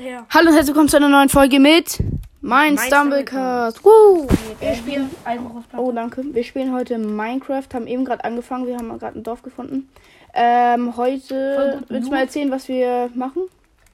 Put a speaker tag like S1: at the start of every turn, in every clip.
S1: ja.
S2: Hallo und herzlich willkommen zu einer neuen Folge mit mein
S1: Mein
S2: Stumblecast. Woo!
S1: Wir spielen einfach auf
S2: Oh, danke. Wir spielen heute Minecraft, haben eben gerade angefangen, wir haben gerade ein Dorf gefunden. Ähm,
S1: Voll
S2: heute
S1: gut,
S2: willst du
S1: Lu.
S2: mal erzählen, was wir machen?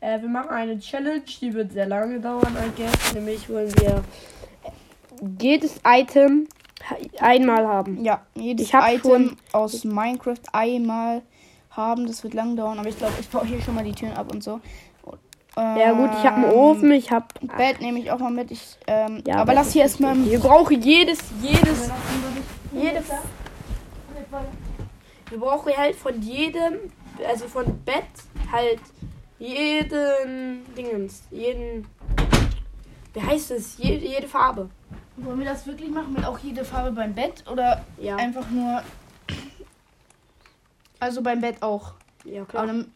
S1: Äh, wir machen eine Challenge, die wird sehr lange dauern, I guess. Nämlich wollen wir jedes Item einmal haben.
S2: Ja, jedes
S1: Ich hab
S2: Item
S1: schon-
S2: aus Minecraft einmal haben, das wird lang dauern, aber ich glaube, ich baue hier schon mal die Türen ab und so.
S1: Ja gut, ich habe einen
S2: Ähm,
S1: Ofen, ich habe...
S2: Bett nehme ich auch mal mit. Ich, ähm,
S1: Ja,
S2: aber
S1: Bett
S2: lass hier erstmal.
S1: Wir brauchen jedes, jedes, jedes... Wir brauchen halt von jedem, also von Bett halt jeden Dingens, jeden... Wie heißt es? Jede, jede Farbe.
S2: Wollen wir das wirklich machen mit auch jede Farbe beim Bett oder
S1: Ja,
S2: einfach nur. Also beim Bett auch.
S1: ja
S2: Aber
S1: klar.
S2: dann.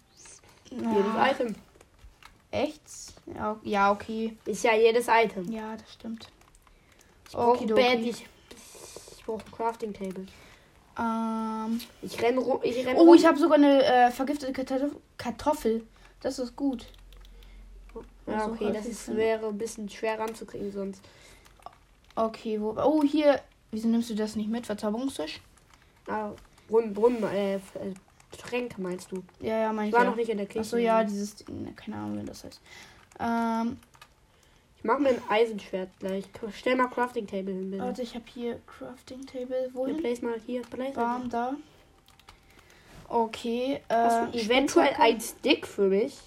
S1: Jedes
S2: Ja,
S1: Item.
S2: echt? Ja, o- ja, okay.
S1: Ist ja jedes Item.
S2: Ja, das stimmt.
S1: Ich brauche
S2: Okidoki.
S1: Bett, ich, ich brauche ein Crafting Table.
S2: Ähm,
S1: Ich renn rum, ich renn
S2: oh,
S1: rum.
S2: ich habe sogar eine äh, vergiftete Kartoff Kartoffel. Das ist gut.
S1: Ja,
S2: so
S1: okay, das
S2: häufig
S1: ist,
S2: drin.
S1: wäre ein bisschen schwer ranzukriegen sonst.
S2: Okay, wo. Oh, hier. Wieso nimmst du das nicht mit? Verzauberungstisch?
S1: Ah, Brunnen, Brunnen, äh, F- äh, Tränke meinst du?
S2: Ja, ja, meine
S1: Ich
S2: ich.
S1: war
S2: ja.
S1: noch nicht in der Küche.
S2: Achso, ja, dieses Ding, ne, keine Ahnung, wie das heißt. Ähm,
S1: Ich mach mir ein Eisenschwert gleich. K- Stell mal Crafting Table hin, bitte.
S2: warte, ich habe hier Crafting Table.
S1: Hier,
S2: Wohin?
S1: place mal hier, place mal.
S2: Bam, da. Okay,
S1: Hast du
S2: äh,
S1: eventuell
S2: Spitzhacke?
S1: ein Stick für mich?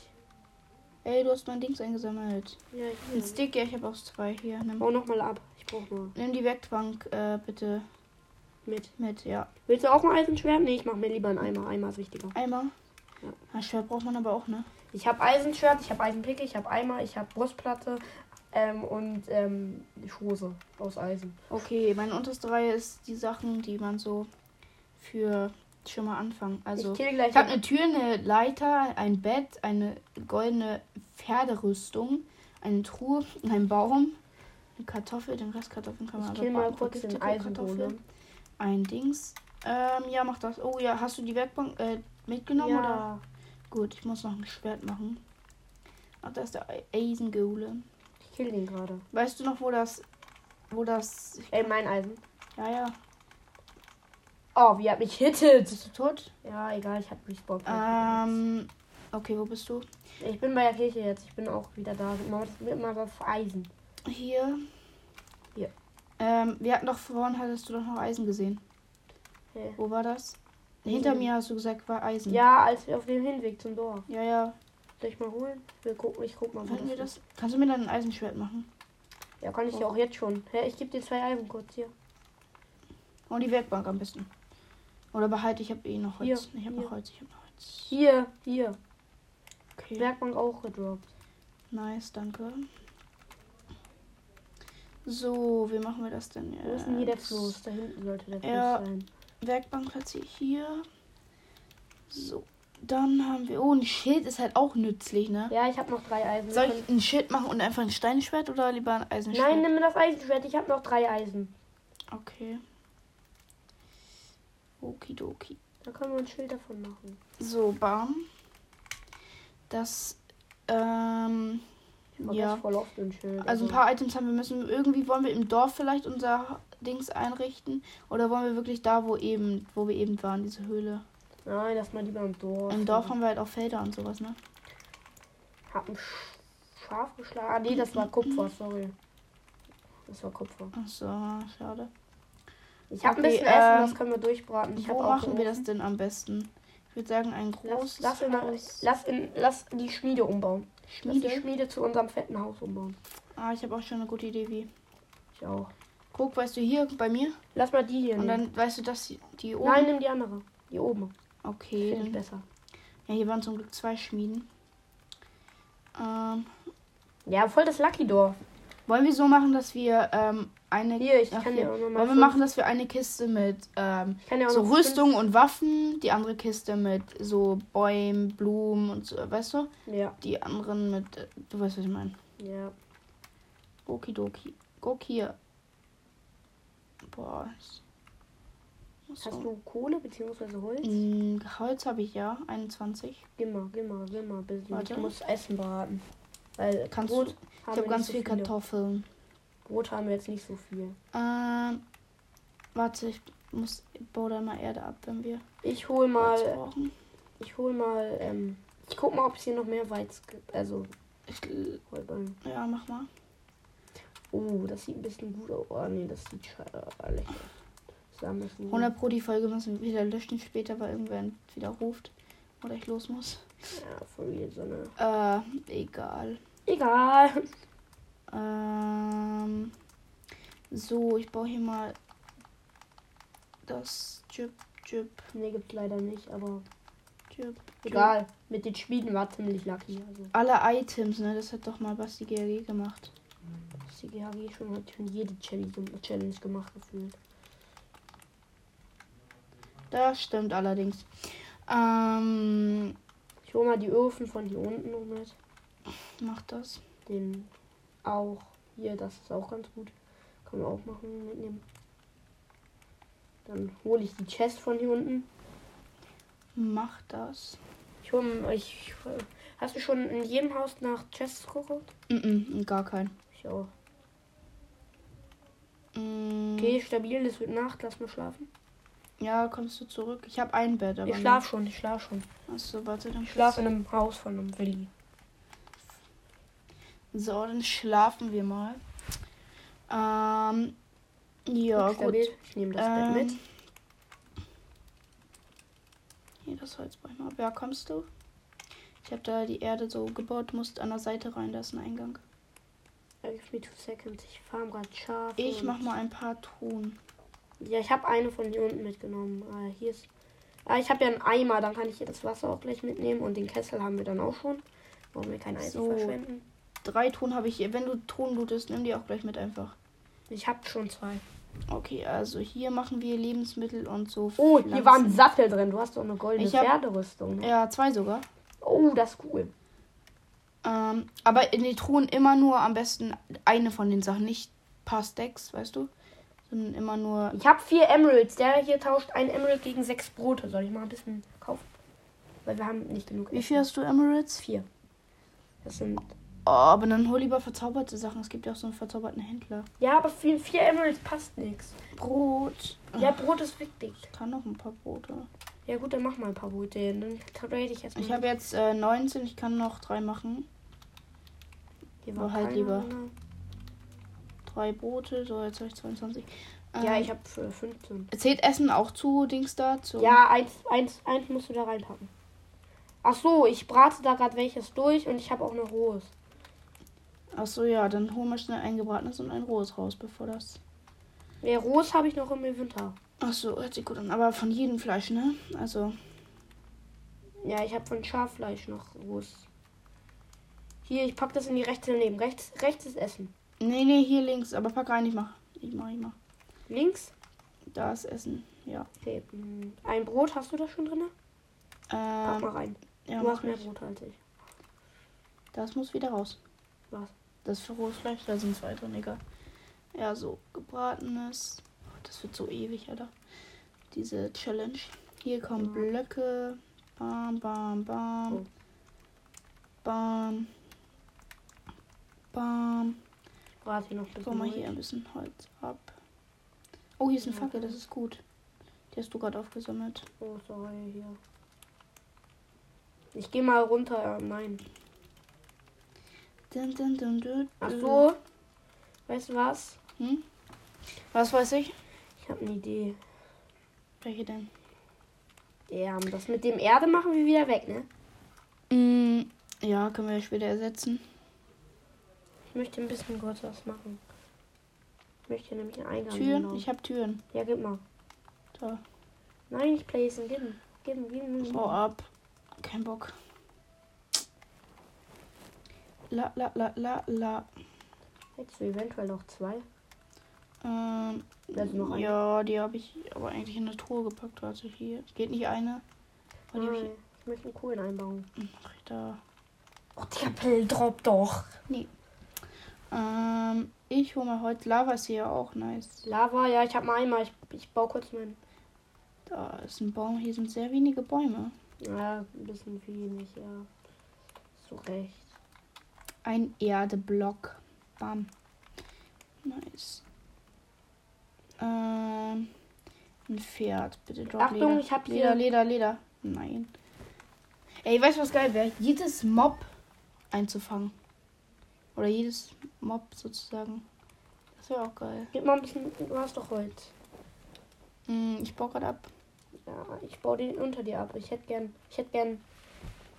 S2: ey, du hast mein Dings eingesammelt.
S1: Ja,
S2: Ein
S1: ich
S2: Stick, ja, ich habe auch zwei hier. Nimm,
S1: Bau nochmal ab. Ich brauch mal
S2: nimm die Werkbank, äh, bitte
S1: mit.
S2: mit, ja.
S1: Willst du auch ein Eisenschwert? Nee, ich mach mir lieber einen Eimer. Eimer ist wichtiger.
S2: Eimer.
S1: Ja.
S2: Ja. Ah, Schwert braucht man aber auch, ne?
S1: Ich habe Eisenschwert, ich habe Eisenpickel, ich habe Eimer, ich habe Brustplatte ähm, und ähm, Hose aus Eisen.
S2: Okay, meine unterste Reihe ist die Sachen, die man so für schon mal anfangen. Also,
S1: ich kill gleich.
S2: Ich habe eine Tür, eine Leiter, ein Bett, eine goldene Pferderüstung, eine Truhe, einen Baum, eine Kartoffel, den Rest Kartoffeln kann man
S1: ich kill
S2: backen,
S1: mal kurz den
S2: vergiftete
S1: Eisenbohle.
S2: ein Dings. Ähm, ja, mach das. Oh ja, hast du die Werkbank äh, mitgenommen oder?
S1: Ja.
S2: Gut, ich muss noch ein Schwert machen. Ach, da ist der Eisengole.
S1: Ich kill den gerade.
S2: Weißt du noch, wo das, wo das?
S1: Ey, mein Eisen.
S2: Ja, ja.
S1: Oh, wie hat mich hittet.
S2: Bist du tot?
S1: Ja, egal, ich habe gespawnt.
S2: Ähm, okay, wo bist du?
S1: Ich bin bei der Kirche jetzt. Ich bin auch wieder da. Mama, das wird immer auf Eisen.
S2: Hier.
S1: Hier.
S2: Ähm, wir hatten doch vorhin, hattest du doch noch Eisen gesehen.
S1: Hä?
S2: Wo war das? Hinter
S1: Eisen.
S2: mir hast du gesagt, war Eisen.
S1: Ja, als wir auf dem Hinweg zum Dorf.
S2: Ja, ja.
S1: Soll ich mal holen? Wir gucken, ich guck mal. wo
S2: Finden wir
S1: ist.
S2: das? Kannst du mir dann ein Eisenschwert machen?
S1: Ja, kann ich ja auch jetzt schon. Hä, ich gebe dir zwei Eisen kurz hier.
S2: Und die Werkbank am besten. Oder behalte, ich habe eh noch
S1: Hier,
S2: Holz. ich habe
S1: hier.
S2: noch Holz, ich habe noch Holz.
S1: Hier, hier.
S2: Okay.
S1: Werkbank auch gedroppt.
S2: Nice, danke. So, wie machen wir das denn jetzt?
S1: Wo ist denn hier der Fluss? Da hinten sollte der Fluss
S2: Ja.
S1: sein.
S2: Werkbank platziere ich hier. So, dann haben wir. Oh, ein Schild ist halt auch nützlich, ne?
S1: Ja, ich habe noch drei Eisen.
S2: Soll ich ein Schild machen und einfach ein Steinschwert oder lieber ein Eisenschwert?
S1: Nein, ne- nimm mir das Eisenschwert. Ich habe noch drei Eisen.
S2: Okay. Okidoki.
S1: Da können wir ein Schild davon machen.
S2: So, bam. Das, ähm,
S1: Ich mach
S2: ja.
S1: das voll oft ein Schild.
S2: Also ein
S1: aber-
S2: paar Items haben wir müssen. Irgendwie wollen wir im Dorf vielleicht unser Dings einrichten. Oder wollen wir wirklich da, wo eben, wo wir eben waren, diese Höhle.
S1: Nein, lass mal lieber im Dorf.
S2: Im Dorf haben wir halt auch Felder und sowas, ne?
S1: Hab ein Sch- Schaf geschlagen. Ah, nee, das war Kupfer. Sorry. Das war Kupfer.
S2: Ach so, schade.
S1: Ich habe
S2: Okay,
S1: ein bisschen
S2: ähm,
S1: Essen. Das können wir durchbraten. Ich hab
S2: Wo
S1: auch
S2: machen wir
S1: einen
S2: das
S1: Ofen.
S2: denn am besten? Ich würde sagen, ein großes
S1: Lass, lass, in,
S2: Haus.
S1: lass, in, lass die Schmiede umbauen. Lass die
S2: Schmiede.
S1: Schmiede zu unserem fetten Haus umbauen.
S2: Ah, ich habe auch schon eine gute Idee, wie.
S1: Ich auch.
S2: Guck, weißt du hier bei mir?
S1: Lass mal die hier
S2: Und
S1: nehmen.
S2: dann weißt du, dass die- die oben.
S1: Nein, nimm die andere. Die oben.
S2: Okay.
S1: Finde ich besser.
S2: Ja, hier waren zum Glück zwei Schmieden. Ähm,
S1: Ja, voll das Lucky Dorf.
S2: wollen wir so machen, dass wir ähm, eine.
S1: Hier, ich
S2: Ach,
S1: kann
S2: hier.
S1: dir auch noch mal
S2: Wollen wir
S1: fünf-
S2: machen, dass wir eine Kiste mit ähm,
S1: Ich kann dir auch
S2: so
S1: noch
S2: Rüstung und Waffen, die andere Kiste mit so Bäumen, Blumen und so, weißt du?
S1: Fünf. Ja,
S2: Die anderen mit. äh, Du weißt, was ich meine.
S1: ja.
S2: Okidoki. Guck hier. Boah. ich-
S1: Hast
S2: So.
S1: du Kohle bzw. Holz?
S2: Mm, Holz habe ich ja, 21.
S1: Geh mal, geh mal, geh mal. Bisschen.
S2: Warte.
S1: Ich muss Essen braten. Weil
S2: Kannst
S1: Brot
S2: du.
S1: ich
S2: Ich habe ganz viel Kartoffeln.
S1: Brot haben wir jetzt nicht so viel.
S2: Ähm, warte, ich muss baue da mal Erde ab, wenn wir
S1: Ich hol
S2: Holz
S1: mal,
S2: brauchen.
S1: ich hol mal, ähm, ich guck mal, ob es hier noch mehr Weiz gibt. Also,
S2: Ich, gl-
S1: Heuballen.
S2: ja, mach mal.
S1: Oh, das sieht ein bisschen gut aus. Oh, nee, das sieht scheiße.
S2: 100 Pro die Folge müssen wir wieder löschen später, weil irgendwer wieder ruft oder ich los muss.
S1: Ja, von mir so eine.
S2: Äh, egal.
S1: Egal.
S2: Ähm, so, ich baue hier mal das Chip, Chip,
S1: Nee, gibt's leider nicht, aber
S2: Chip.
S1: egal. Mit den Schmieden war ziemlich lucky. Also,
S2: Alle Items, ne? Das hat doch mal Basti GRG gemacht.
S1: CGHG schon hat schon jede Challenge Challenge gemacht gefühlt.
S2: Das stimmt allerdings. Ähm,
S1: Ich hol mal die Öfen von hier unten noch mit.
S2: mach das.
S1: Den auch. Hier, das ist auch ganz gut. Kann man auch machen, mitnehmen. Dann hole ich die Chest von hier unten.
S2: Mach das.
S1: Ich hol, ich, hast du schon in jedem Haus nach Chests geguckt?
S2: Mm-mm, gar kein.
S1: Ich auch.
S2: Mm,
S1: Okay, stabil, es wird Nacht, lass mal schlafen.
S2: Ja, kommst du zurück? Ich habe ein Bett, aber.
S1: Ich schlaf schon, ich schlaf schon.
S2: Achso, warte, dann
S1: Ich schlaf in einem Haus von einem Willi.
S2: So, dann schlafen wir mal. Ähm, ja,
S1: Gut,
S2: gut.
S1: stabil. Ich nehme das
S2: ähm,
S1: Bett mit.
S2: Hier, das Holz brauche ich mal. Ja, kommst du? Ich habe da die Erde so gebaut, musst an der Seite rein, da ist ein Eingang.
S1: Äh, Give me two seconds. Ich farm gerade Schafe.
S2: Ähm. Ich
S1: und-
S2: mach mal ein paar Truhen.
S1: Ja, ich habe eine von hier unten mitgenommen. Ah, hier ist. Ah, ich habe ja einen Eimer, dann kann ich hier das Wasser auch gleich mitnehmen und den Kessel haben wir dann auch schon. Wollen wir kein Eisen
S2: So.
S1: verschwenden?
S2: Drei Truhen habe ich hier. Wenn du Truhen lootest, nimm die auch gleich mit einfach.
S1: Ich habe schon zwei.
S2: Okay, also hier machen wir Lebensmittel und so.
S1: Oh, hier war ein
S2: Pflanzen.
S1: Sattel drin. Du hast doch eine goldene
S2: Ich hab-
S1: Pferderüstung. Ne?
S2: Ja, zwei sogar.
S1: Oh, das ist cool.
S2: Ähm, aber in die Truhen immer nur am besten eine von den Sachen, nicht ein paar Stacks, weißt du? Sondern immer nur
S1: Ich habe vier Emeralds. Der hier tauscht ein Emerald gegen sechs Brote. Soll ich mal ein bisschen kaufen? Weil wir haben nicht genug.
S2: Wie
S1: Essen.
S2: viel hast du Emirates?
S1: Vier. Das sind.
S2: Oh, aber dann hol lieber verzauberte Sachen. Es gibt ja auch so einen verzauberten Händler.
S1: Ja, aber für vier Emeralds passt nichts.
S2: Brot.
S1: Ja, Brot ist wichtig.
S2: Ich kann noch ein paar Brote.
S1: Ja gut, dann mach mal ein paar Brote. Dann trade ich erstmal.
S2: Ich habe jetzt äh, 19, ich kann noch drei machen.
S1: Hier
S2: Aber halt
S1: keiner
S2: lieber.
S1: drin.
S2: Drei Brote, so jetzt habe ich 22.
S1: Ja,
S2: Ähm,
S1: ich habe 15.
S2: Zählt Essen auch zu, Dings da? Zu?
S1: Ja, eins, eins, eins musst du da reinpacken. Ach so, ich brate da gerade welches durch und ich habe auch noch rohes.
S2: Achso, ja, dann hol mal schnell ein gebratenes und ein rohes raus, bevor das.
S1: Ja, rohes habe ich noch im Inventar.
S2: Achso, hört sich gut an. Aber von jedem Fleisch, ne? Also,
S1: Ja, ich habe von Schaffleisch noch rohes. Hier, ich pack das in die rechte daneben. Rechts, rechts ist Essen.
S2: nee, nee, hier links. Aber pack rein, ich mach. Ich mach, ich mach.
S1: Links?
S2: Da ist Essen, ja.
S1: Okay. mm, Ein Brot, hast du das schon drin? Pack
S2: Ähm,
S1: mal rein.
S2: ja,
S1: du
S2: mach
S1: hast mehr
S2: mehr
S1: Brote als ich.
S2: Das muss wieder raus.
S1: Was?
S2: Das für rohes Fleisch, da sind zwei drin, egal. Ja, so gebratenes. Oh, das wird so ewig, Alter. Diese Challenge. Hier kommen
S1: Ja.
S2: Blöcke. Bam, bam, bam.
S1: Oh.
S2: Bam. Bam.
S1: Ich brate hier noch ein
S2: Ich
S1: bisschen.
S2: baue mal
S1: durch.
S2: hier ein bisschen Holz ab. Oh, hier ist eine
S1: Ja.
S2: Fackel, das ist gut. Die hast du gerade aufgesammelt.
S1: Oh, sorry, hier. Ich gehe mal runter. äh, Nein.
S2: Dun, dun, dun, dun,
S1: Ach
S2: dun.
S1: so. Weißt du was?
S2: Hm? Was weiß ich?
S1: Ich habe eine Idee.
S2: Welche denn?
S1: Ja, und das mit dem Erde machen wir wieder weg, ne?
S2: Mm, ja, können wir später ersetzen.
S1: Ich möchte ein bisschen kurz was machen. Ich möchte nämlich den Eingang
S2: Türen?
S1: genau.
S2: Ich habe Türen.
S1: Ja, gib mal.
S2: Da.
S1: Nein, ich place ihn. Gib ihm. Gib ihm, gib ihm.
S2: Bau ab. Kein Bock. La la la la la.
S1: Hättest du eventuell noch zwei?
S2: Ähm,
S1: Da ist noch eine.
S2: ja, die habe ich aber eigentlich in eine Truhe gepackt. Warte, hier. Geht nicht eine. Oh, die hab Hm,
S1: Nein. Ich möchte einen Kohlen einbauen.
S2: ich, ach, da.
S1: Oh, der Pill drop doch.
S2: Ähm, ich hole mal heute Lava ist hier ja auch nice.
S1: Lava, ja, ich habe mal einmal. Ich, ich baue kurz meinen.
S2: Da ist ein Baum. Hier sind sehr wenige Bäume.
S1: Ja, ein bisschen wenig, ja. Zu Recht.
S2: Ein Erdeblock. Bam. Nice. Ähm, ein Pferd. Bitte drop
S1: Achtung,
S2: Leder.
S1: ich hab hier-
S2: Leder, Leder, Leder. Nein. Ey, weißt du, was geil wäre? Jedes Mob einzufangen. Oder jedes Mob sozusagen. Das wäre auch geil.
S1: Gib mal ein bisschen. Du hast doch Holz.
S2: Hm, ich baue gerade ab.
S1: Ja, ich baue den unter dir ab. Ich hätte gern. Ich hätte gern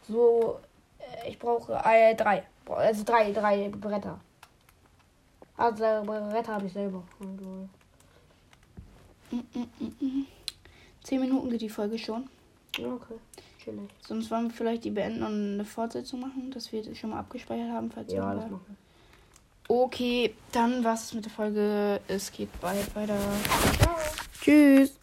S1: so. äh, Ich brauche äh, drei. Also drei, drei Bretter. Also äh, Bretter habe ich selber. Oh, lol.
S2: Mm, mm, mm, mm. Zehn Minuten geht die Folge schon.
S1: Ja, okay. Chillig.
S2: Sonst wollen wir vielleicht die beenden und eine Fortsetzung machen, dass wir das schon mal abgespeichert haben, falls
S1: Ja,
S2: jemand-
S1: das machen
S2: Okay, dann war's mit der Folge. Es geht bald weiter.
S1: wir. Ciao.
S2: Tschüss.